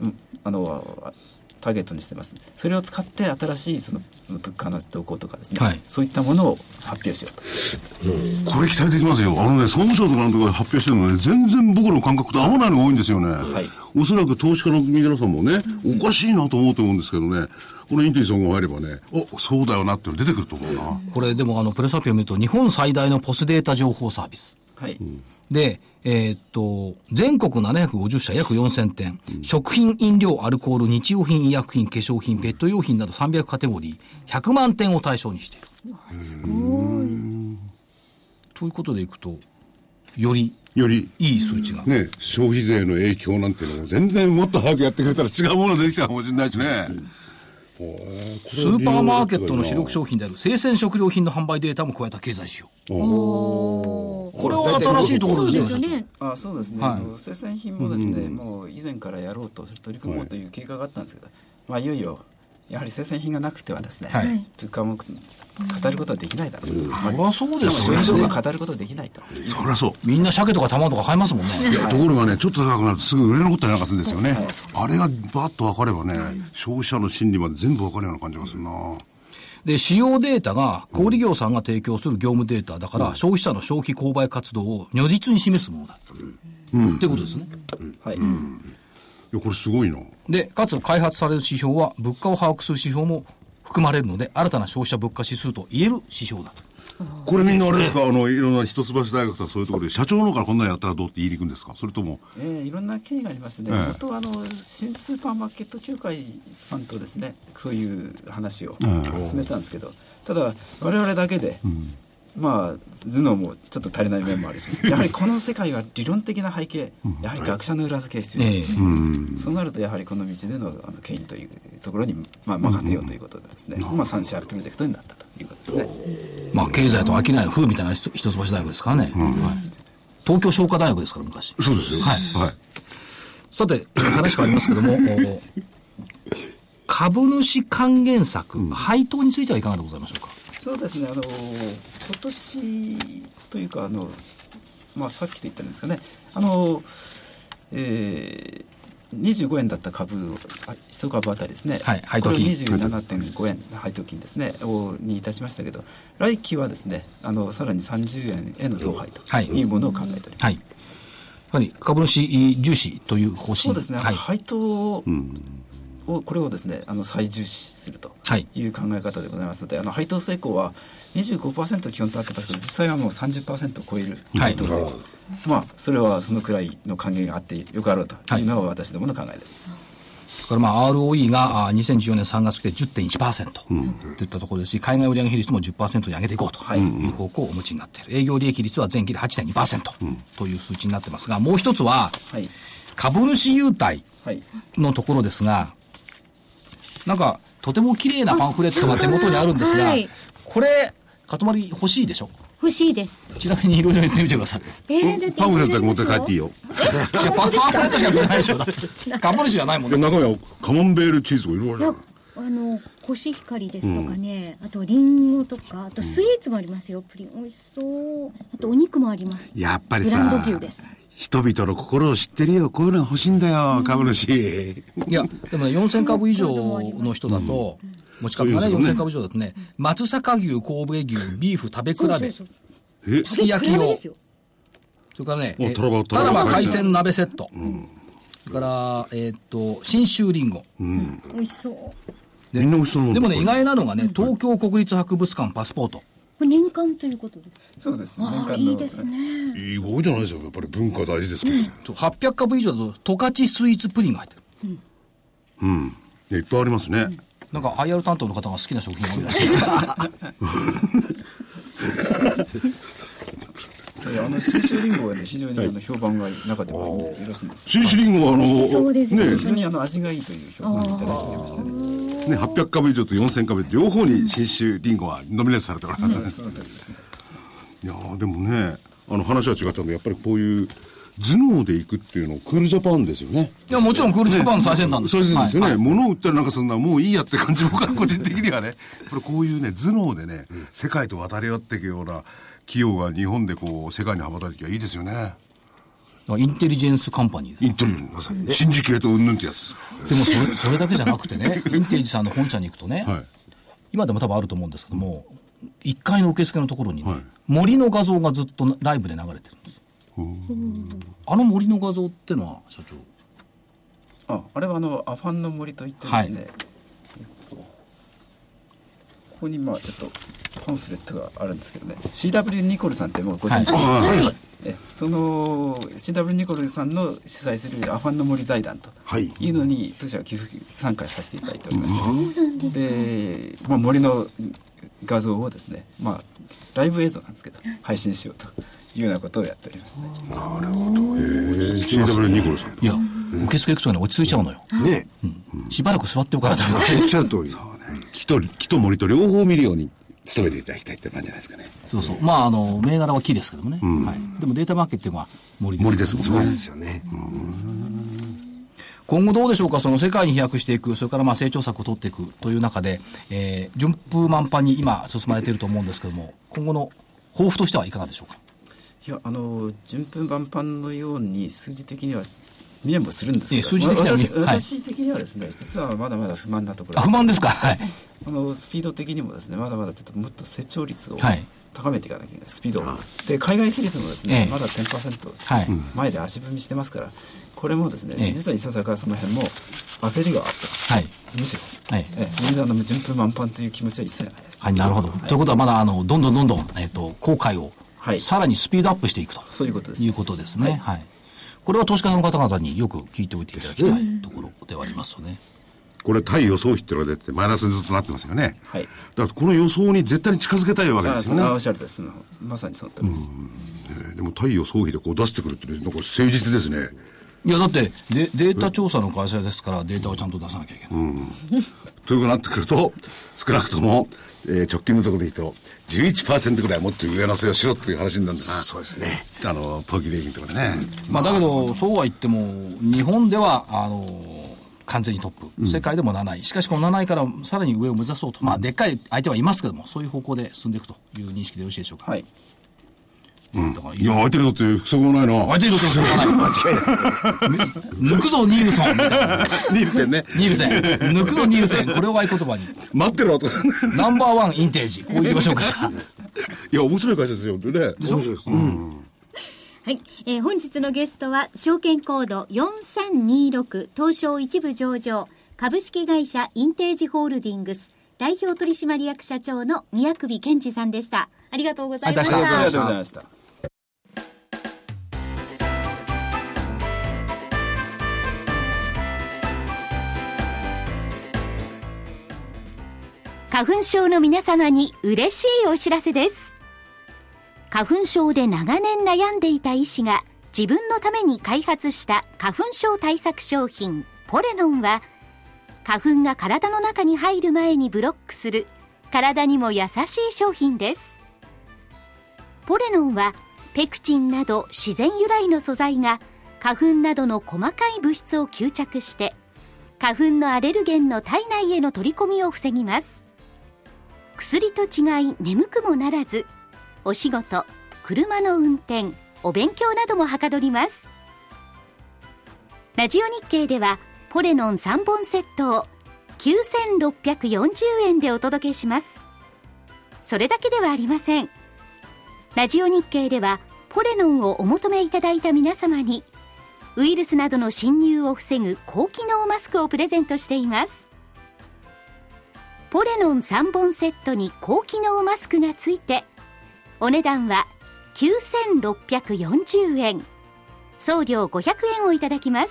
うん、あのターゲットにしてますそれを使って新しいそのその物価の動向とかですね、はいそういったものを発表しようとこれ期待できますよ。あのね、総務省とかのところで発表してるのね、全然僕の感覚と合わないのが多いんですよね。いおそらく投資家の皆さんもね、おかしいなと思うと思うんですけどね、このインテリさんが入ればね、お、そうだよなっていうの出てくると思うな。これでもあのプレス発表を見ると日本最大のポスデータ情報サービスはい、で、えーっと全国750社約4000店、食品飲料アルコール日用品医薬品化粧品ペット用品など300カテゴリー100万点を対象にしているということでいくとよりより、いい数値が、ね、消費税の影響なんていうのも全然もっと早くやってくれたら違うもの出てきたかもしれないしね。スーパーマーケットの主力商品である生鮮食料品の販売データも加えた経済指標これは新しいとこそろうですでよすよね。あそうですね、あの生鮮品もですね、もう以前からやろうと取り組もうという計画があったんですけど、まあ、いよいよやはり生鮮品がなくてはですね、はい物価も語ることはできないだろう、まあそりゃそうですでもよね消費者が語ることはできないと、そりゃそう。みんな鮭とか卵とか買いますもんねいやところがね、ちょっと高くなるとすぐ売れ残ったりなんかするんですよね。あれがバッと分かればね、消費者の心理まで全部分かるような感じがするな。で、使用データが小売業さんが提供する業務データだから、消費者の消費購買活動を如実に示すものだ。っていうことですね。はいいや、これすごいな。で、かつ開発される指標は、物価を把握する指標も含まれるので、新たな消費者物価指数と言える指標だと。これみんなあれですか、あの、いろんな一橋大学とかそういうところで、社長の方からこんなのやったらどうって言いに行くんですかそれとも、えーいろんな経緯がありましてね、ええ本当はあの新スーパーマーケット協会さんとですねそういう話をえ進めたんですけど、ただ我々だけで、まあ頭脳もちょっと足りない面もあるしやはりこの世界は理論的な背景やはり学者の裏付けが必要なんですね、そうなるとやはりこの道でのあの権威というところに、まあ、任せようということでですね、まあ、三社プロジェクトになったということですね。まあ、経済と商いの風みたいな一橋大学ですからね。はい東京商科大学ですから、昔。そうですよ。はい。はい。さて、話変わりますけども、お株主還元策、配当についてはいかがでございましょうか。そうですね、あの今年というかあの、まあ、さっきと言ったんですかね、あのえー、25円だった株を、あ1株あたりですね、はい配当金これを27.5円、配当金ですね、をにいたしましたけど、来期はですねあのさらに30円への増配とはいいうものを考えております。はい。やはり株主重視という方針。そうですね、はい。配当を,、をこれをですねあの最重視するとはいいう考え方でございますので、あの配当成功は25%基本とあってますけど実際はもう30%を超えるは配い当成功、まあそれはそのくらいの還元があってよくあろうというのが私どもの考えです、これまあ ROE があ2014年3月期で10.1%といったところですし、海外売上比率も10%に上げていこうとはいいう方向をお持ちになっている。営業利益率は前期で8.2%という数値になってますが、もう一つははい株主優待はいのところですが、なんかとても綺麗なパンフレットが手元にあるんですがはい、これ、かとまり欲しいでしょ欲しいです。ちなみにいろいろ言ってみてください。えー、だってパンフレットだけ持って帰っていいよ。いやパンパンフレットしか売れないでしょだって株主じゃないもんでね。中身はカマンベールチーズとかいろいろあいるじゃやん。あのコシヒカリですとかね、あとリンゴとかあとスイーツもありますよプリン美味しそうあとお肉もありますやっぱりブランさド牛です、人々の心を知ってるよ。こういうのが欲しいんだよ、株主。いや、でもね、4000株以上の人だと、持ち株がね、そうですよ4000ね株以上だとね、松阪牛、神戸牛、ビーフ食べ比そうそうべ、そうえ、すき焼き比べをです、よそれからね、おえタラバタラバ海タラ鮮鍋セット、それから、えーっと、信州りんご。美味しそうこみんな美味しそうなでもね、こ意れ外なのがね、東京国立博物館パスポート。れ年間ということですそうですねああのいいですね意外じゃないですよ。やっぱり文化大事ですからね。と800株以上だと、十勝スイーツプリンが入ってる。うん。いやいっぱいありますね。なんか IR 担当の方が好きな食品が多いらしいです。であの新種リンゴはね非常にあの評判が中でも、ね、よろしいんですよ新種リンゴはあの美味しそうですね非常にあの味がいいという評判をいただいてましたねね、800株以上と4000株両方に新種リンゴはノミネートされております、その通りですねいやーでもねあの話は違ったんでやっぱりこういう頭脳でいくっていうのクールジャパンですよねいや、もちろんクールジャパンの最先端です。そうですよね、はいはい物を売ったりなんかするのはもういいやって感じ僕は個人的にはねこれこういうね頭脳でね世界と渡り合っていくような企業が日本でこう世界に羽ばたいてきゃいいですよねインテリジェンスカンパニーです。インテリまさにシンジケートうんぬんってやつでもそれ それだけじゃなくてね、インテージさんの本社に行くとね、はい今でも多分あると思うんですけども、1階の受付のところにね、はい森の画像がずっとライブで流れてるんです。あの森の画像ってのは、社長、ああれはあのアファンの森といってですね、はえっとここにまあちょっとパンフレットがあるんですけどね CW ニコルさんってもうご存知ですよねはい、はいえその CW ニコルさんの主催するアファンの森財団とはいいうのに当社は寄付参加させていただいておりまして、でまあ、森の画像をですね、まあ、ライブ映像なんですけど配信しようというようなことをやっておりますねニコルさんいや、受付行くとね、落ち着いちゃうのよ。ねしばらく座っておかないと。おっしゃる通り木と木と森と両方見るように努めていただきたいってなんじゃないですかねそうそう。まあ、あの、銘柄は木ですけどもね。はい。でもデータマーケットは森ですから。森ですもんねそうですよね今後どうでしょうか、その世界に飛躍していく、それからまあ成長策を取っていくという中で、えー順風満帆に今、進まれていると思うんですけども、今後の抱負としてはいかがでしょうか。いやあの順風満帆のように数字的には見えもするんですけええど数字的には見私えはい私的にはですね、実はまだまだ不満なところあ不満ですか、はい、あのスピード的にもですねまだまだちょっともっと成長率をはい高めていかなきゃいけないスピードをで海外比率もですね、ええまだ10%はい前で足踏みしてますからこれもですね、ええ実はいささかその辺も焦りがあったはい、むしろ、はいええ皆さんの順風満帆という気持ちは一切ないです、はい、なるほど。ということは、まだあのどんどんどんどん、えっと後悔をはいさらにスピードアップしていくとそういうことですいうことですね。はいこれは投資家の方々によく聞いておいていただきたいところではありますよね。これ対予想比っていうのが出てマイナスにずっとなってますよね、はいだからこの予想に絶対に近づけたいわけあであすそようねあおっしゃるとですまさにその通りです、えーでも対予想比でこう出してくるっていうのはなんか誠実ですねいや、だってデ、データ調査の会社ですから、データをちゃんと出さなきゃいけない。ということになってくると少なくとも、えー直近のところでいくと11%ぐらいもっと上乗せをしろっていう話になるんだなそうですねあの投機礼金とかでね、まあ、だけど、そうは言っても、日本ではあの完全にトップ、世界でも7位、しかしこの7位からさらに上を目指そうと、まあ、でっかい相手はいますけども、そういう方向で進んでいくという認識でよろしいでしょうか。はいだからいや相手にとって不足もないな 相手にとってはしょうがない。ぬ抜くぞ、ニールソンみたいな。ニールセンねニールセン。抜くぞ、ニールセン。これを合言葉に。待ってろとかナンバーワン、インテージ。こう言いましょうか。 いや面白い会社ですよね面白いですねはい、えー本日のゲストは証券コード4326東証一部上場株式会社インテージホールディングス代表取締役社長の宮首健二さんでしたありがとうございましありがとうございましたたありがとうございました花粉症の皆様に嬉しいお知らせです。花粉症で長年悩んでいた医師が自分のために開発した花粉症対策商品ポレノンは花粉が体の中に入る前にブロックする体にも優しい商品です。ポレノンはペクチンなど自然由来の素材が花粉などの細かい物質を吸着して花粉のアレルゲンの体内への取り込みを防ぎます。薬と違い眠くもならずお仕事車の運転お勉強などもはかどりますラジオ日経ではポレノン3本セットを9640円でお届けしますそれだけではありませんラジオ日経ではポレノンをお求めいただいた皆様にウイルスなどの侵入を防ぐ高機能マスクをプレゼントしていますポレノン3本セットに高機能マスクがついてお値段は9640円送料500円をいただきます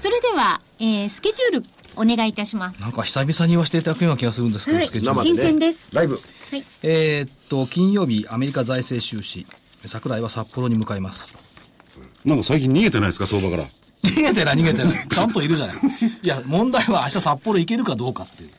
それでは、えースケジュールお願いいたしますなんか久々に言わせていただくような気がするんですけど、はいスケジュール生でね新鮮ですライブはいえーっと、金曜日、アメリカ財政収支、桜井は札幌に向かいます。なんか最近逃げてないですか、相場から。逃げてない、逃げてない。ちゃんといるじゃない。いや、問題は明日札幌行けるかどうかっていう。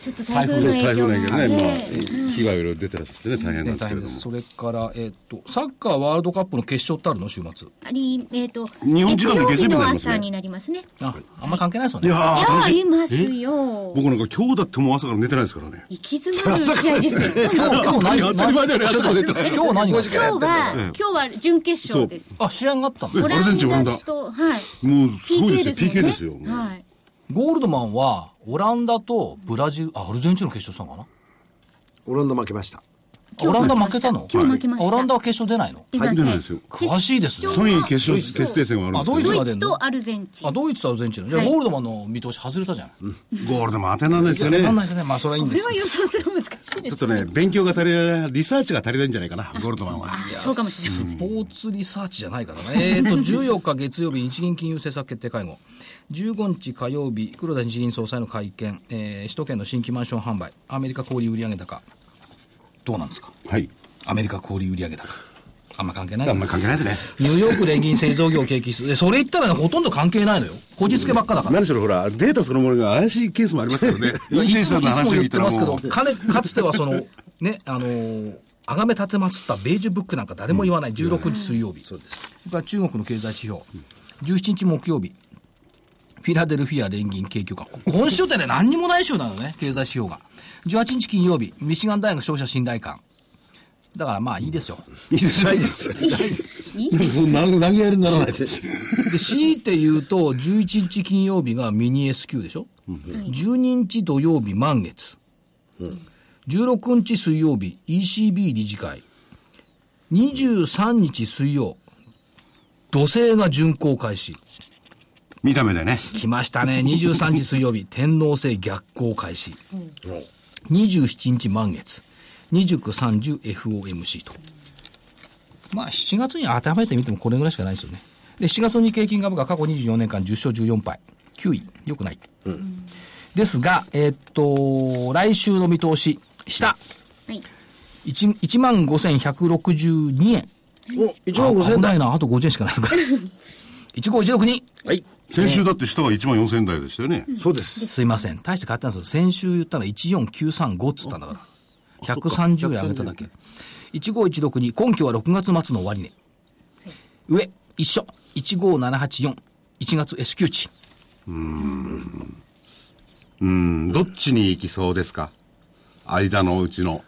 ちょっと台風の影台響風がなんやけどね、まあね、被害がいろいろ出てらっしゃってね、大変なんね、です大けれ変でどす。も。それから、えーっと、サッカーワールドカップの決勝ってあるの週末。あり、えっ、と、日本時間の月曜日になりま月すね曜日の朝になりますね。いあ、あんまり関係ないですよね。いややー、楽あしい。りますよ。僕なんか今日だってもう朝から寝てないですからね。行き詰まる試合ですよ。今日、今日何いや当たり前だ よねちょっと待って当たり前だよね今日何があっ今日は、今日は準決勝です。たあ、試合があったのえオラアルゼンチンオランンダダと、はい。もうすごいですよ PK です PK もんですよはい。ゴールドマンは、オランダとブラジル、あ、アルゼンチンの決勝したのかオランダ負けました。なあオランダ負けたの今日負けましたあオランダは決勝出ないの出ませ入んれないですよ詳しいですね決3勝位は決勝決定戦はあるんですあドけイツどドがイ出ツんのとアルゼンチン。あ、ドイツとアルゼンチンの。じゃあはいゴールドマンの見通し外れたじゃん。ゴールでも当てられないですよ当ね。たらちないですね。まあ、それはいいんこでれすはけ予想するの難しいでょす。っとね、勉強が足りない、リサーチが足りないんじゃないかな、ゴールドマンは。そうかもしれない。ど。スポーツリサーチじゃないからね。えっ と、14日月曜日、日銀金融政策決定会合。15日火曜日、黒田日銀総裁の会見。えー首都圏の新規マンション販売。アメリカ小売売上高。どうなんですかはい。アメリカ小売売上高。あんま関係ないあんまり関係ないですね。ニューヨーク連銀製造業景気指数。でそれ言ったらね、ほとんど関係ないのよ。こじつけばっかだから。何しろほら、データそのものが怪しいケースもありますからね。いや運い転手つもさんのいつも話を言聞っいてたらますけどもう、かねかつてはその、 ね、あのー、あがめ立てまつったベージュブックなんか誰も言わない、16日水曜日。そうです。が中国の経済指標。17日木曜日。フィラデルフィア連銀景況感。こ今週ってね、何にもない週なのね、経済指標が。18日金曜日、ミシガン大学消費者信頼感。だからまあいいですよ。いいです、ないです。いいです。いいです。そんな投げやりにならないです。で、強いて言うと、11日金曜日がミニ S q でしょ ?12 日土曜日満月。16日水曜日 ECB 理事会。23日水曜、土星が巡航開始。見た目でね。来ました ね。23日水曜日、天王星逆行開始。27日満月。29、30、FOMC と。まあ、7月に当てはめてみてもこれぐらいしかないですよね。で、7月の日経金株価過去24年間10勝14敗。9位。良くない。ですが、えーっと、来週の見通し、下。はい。 1, 1万5162円。お、1万5000危円な台。いな。あと50円しかないの か。15162。はい。先週だって下が1万4000円台でしたよね。そうです。すいません。大して変わってないんですよ。先週言ったのは14935っつったんだから。130円上げただけ。15162、今期は6月末の終値、上、一緒。15784、1月 S q 値。うん、どっちに行きそうですか間のうちの。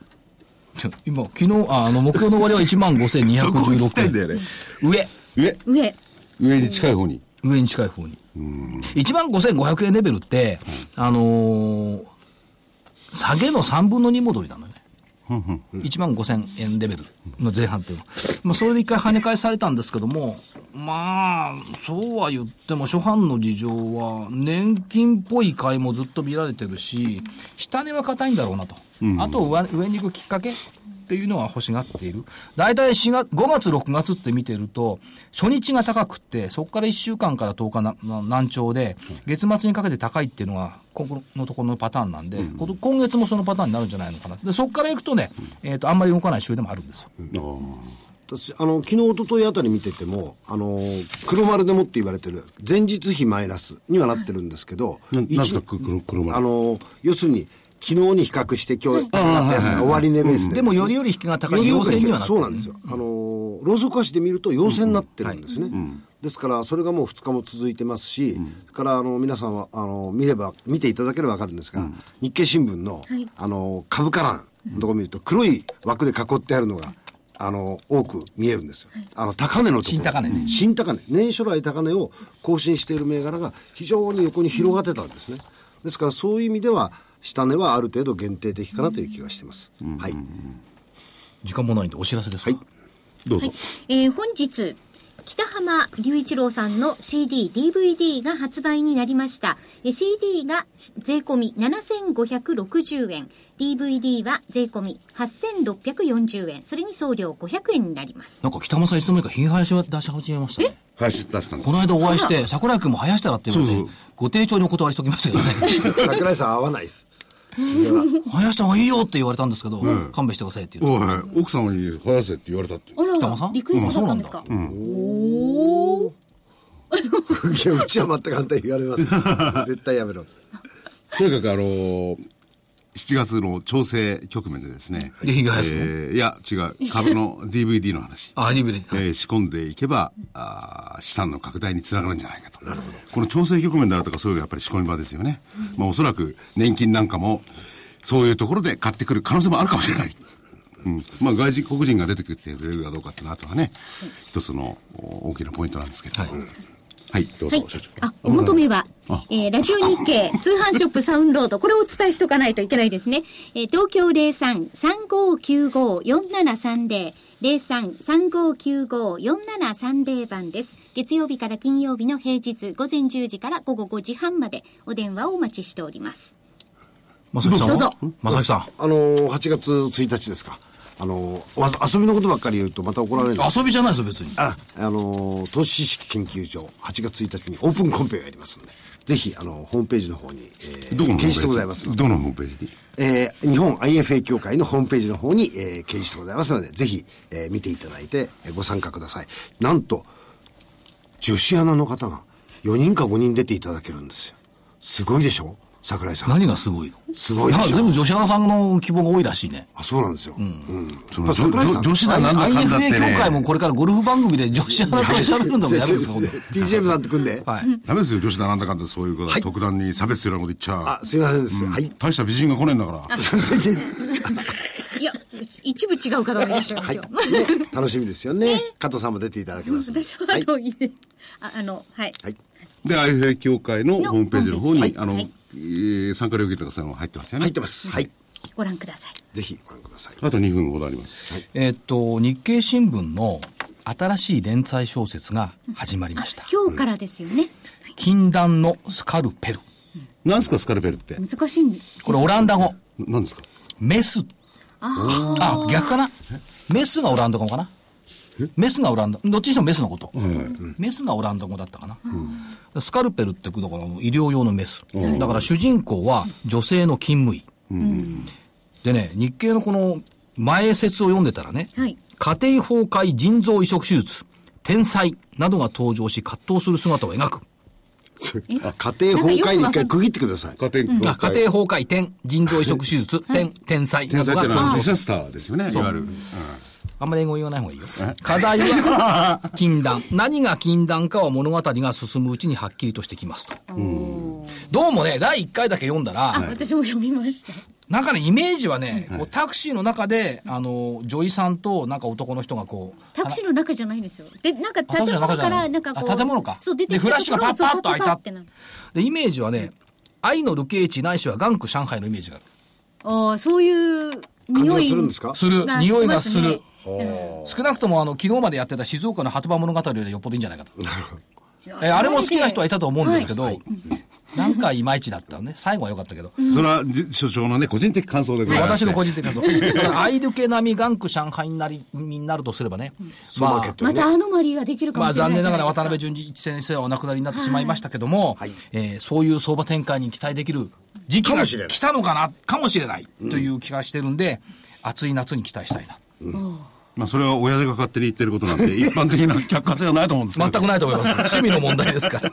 ちょ今、昨日、ああの、目標の終わりはそこ行きたいん15,216だ円。よね。上、上、上。上に近い方に。上に近い方に。15,500円レベルって、あのー下げの3分の2戻りなのよね。1万5000円レベルの前半っていうのは、まあ、それで一回跳ね返されたんですけども、まあ、そうは言っても、初版の事情は、年金っぽい買いもずっと見られてるし、下値は硬いんだろうなと、あと上上に行くきっかけっていうのは欲しがっている、大体4月5月、6月って見てると、初日が高くって、そこから1週間から10日なな難聴で、月末にかけて高いっていうのが、ここのところのパターンなんで、こと今月もそのパターンになるんじゃないのかな、でそこからいくとね、えーと、あんまり動かない週でもあるんですよ。私、あの、昨日、一昨日あたり見てても、あの、黒丸でもって言われてる、前日比マイナスにはなってるんですけど、ななん一ですかくく黒丸あの、要するに、昨日に比較して今日、上がったやつが終値ベースで。でも、よりより引きが高い陽性にはなってそうなんるですよ、あのーローソク足で見ると陽性になってるんですね、ですからそれがもう2日も続いてますし、それからあの皆さんはあの見れば見ていただければ分かるんですが、日経新聞の,、はいあの株価欄のとこ見ると黒い枠で囲ってあるのが。あの多く見えるんですよ、あの高値のところ新高値ね新高値年初来高値を更新している銘柄が非常に横に広がってたんですねですからそういう意味では下値はある程度限定的かなという気がしてます、はい時間もないんで、お知らせですか、どうぞ。えー本日、北浜隆一郎さんの CD、DVD が発売になりました。えー CD が税込み7560円、DVD は税込み8640円、それに送料500円になります。なんか北間さん、いつの間にか、ひげ生やしを出し始めましたね。林出したんでこの間お会いして、桜井君も生やしたらって言われてそうそうご丁重にお断りしておきましたけどね。桜井さん合わないです。では生やした方がいいよって言われたんですけど、勘弁してくださいって言うおい奥様に話せって言われたって。あら北間さんリクエストだったんですか、いやうちは全く反対言われ ますよ絶対やめろってとにかくあのー7月の調整局面でですね。で被害え者もーいや、違う。株の DVD の話。あリブレえー仕込んでいけば、あー資産の拡大につながるんじゃないかと。この調整局面であるとか、そういうのはやっぱり仕込み場ですよね。まあ、おそらく年金なんかも、そういうところで買ってくる可能性もあるかもしれない。うん。まあ、外人、黒人が出てきてくれるかどうかっていうのは、あとはね、一つのお大きなポイントなんですけれども。はい。どうぞ、はい社長。。あ、お求めは、えーラジオ日経通販ショップサウンロード、これをお伝えしとかないといけないですね。えー東京03-3595-4730、03-3595-4730番です。月曜日から金曜日の平日午前10時から午後5時半までお電話をお待ちしております。まさきさんどうぞまさきさんあのー8月1日ですかあのーわ遊びのことばっかり言うとまた怒られるんです遊びじゃないですよ別にあ、あのー投資知識研究所、8月1日にオープンコンペをやりますんで、ぜひ、あのホームページの方に、えー、どこのホームペー掲ジ示でございますので、どのホームページにえー日本 IFA 協会のホームページの方に、えー、掲示でございますので、ぜひ、えー見ていただいて、えーご参加ください。なんと、女子アナの方が4人か5人出ていただけるんですよ。すごいでしょ桜井さん。何がすごいのすごいでなしょ全部女子アナさんの希望が多いらしいねあ、そうなんですよ。うん。やそっのぱ桜井さん女女子だなんだかんだって、ね。 IFA 協会もこれからゴルフ番組で女子アナと喋るのもや るんです もんね TGM さんと組んで。はいダメですよ、女子だなんだかんだそういうこと、特段に差別するようなこと言っちあ、ゃ。すいませんです。はい。 大した美人が来ねえんだから。いや、一部違う方がいらっしゃいますはいよ。。ね楽しみですよね。加藤さんも出ていただけますんで。はあい。といいね ああの、はい。はい。で、IFA 協会のホームページの方に、はいあの、はいえー参加料金とかそういうのが入ってますよね。入ってます。はい。ご覧ください。ぜひご覧ください。あと2分ほどあります。えーっと日経新聞の新しい連載小説が始まりました今日からですよね。禁断のスカルペル何すか、スカルペルって。難しいんですこれオランダ語何ですかメスあ逆かなメスがオランダ語かなメスがオランダどっちにしてもメスのこと、メスがオランダ語だったかな、スカルペルってだから医療用のメス、だから主人公は女性の勤務医、でね日経のこの前説を読んでたらね、はい家庭崩壊腎臓移植手術天才などが登場し葛藤する姿を描く、あ家庭崩壊に一回区切ってください。家庭あ家庭崩壊天腎臓移植手術天天才な天ど才っがての登は場ディサスターですよね、いわゆる。うんあんまり英語言わない方がいいよ。課題 は、禁断。何が禁断かは物語が進むうちにはっきりとしてきますと。どうもね、第1回だけ読んだあ、ら、私も読みました。なんかね、イメージはね、こうタクシーの中で、あの、女医さんと、なんか男の人がこう、タクシーの中じゃないんですよ。で、なんか建あタクシーの中物じかゃなら、いなんかこう。あ建物かそう、出でてきフラたッシとュこがろパッパッと開いたパッってなる。で、イメージはね、愛の流刑地ないしは眼区上海のイメージがある。ああ、そういう感じ匂がい。するんですかするが。匂いがしすますねる。少なくともあの、昨日までやってた静岡の鳩場物語よりよっぽどいいんじゃないかと。えあれも好きな人はいたと思うんですけど、なんかいまいちだったのね。最後は良かったけど。それは、じ所長のね、個人的感想でございます。私の個人的 なそう。アイルケ並みガンク上海になり、になるとすればね。マまーケッあ、トまにねた。アノマリーができるかまもあしれない残念ながらじゃ渡い辺ですか淳一先生はお亡くなりになってしまいましたけども、えーそういう相場展開に期待できる時期かがもしれない来たのかな、かもしれないという気がしてるんで、暑い夏に期待したいな。まあ、それは親父が勝手に言ってることなんで、一般的な客観性はないと思うんですけ全ど。くないと思います。趣味の問題ですから。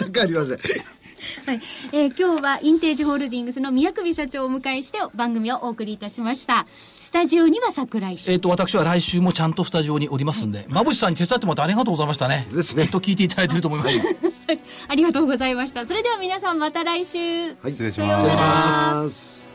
全くありません。はい。えー今日はインテージホールディングスの宮首社長をお迎えして番組をお送りいたしました。スタジオには桜井氏。えっと、私は来週もちゃんとスタジオにおりますんで、まぶしさんに手伝ってもらってありがとうございましたね。ですねきっと聞いていただいてると思います。ありがとうございました。それでは皆さんまた来週。はい。失礼し失ます礼し。ます。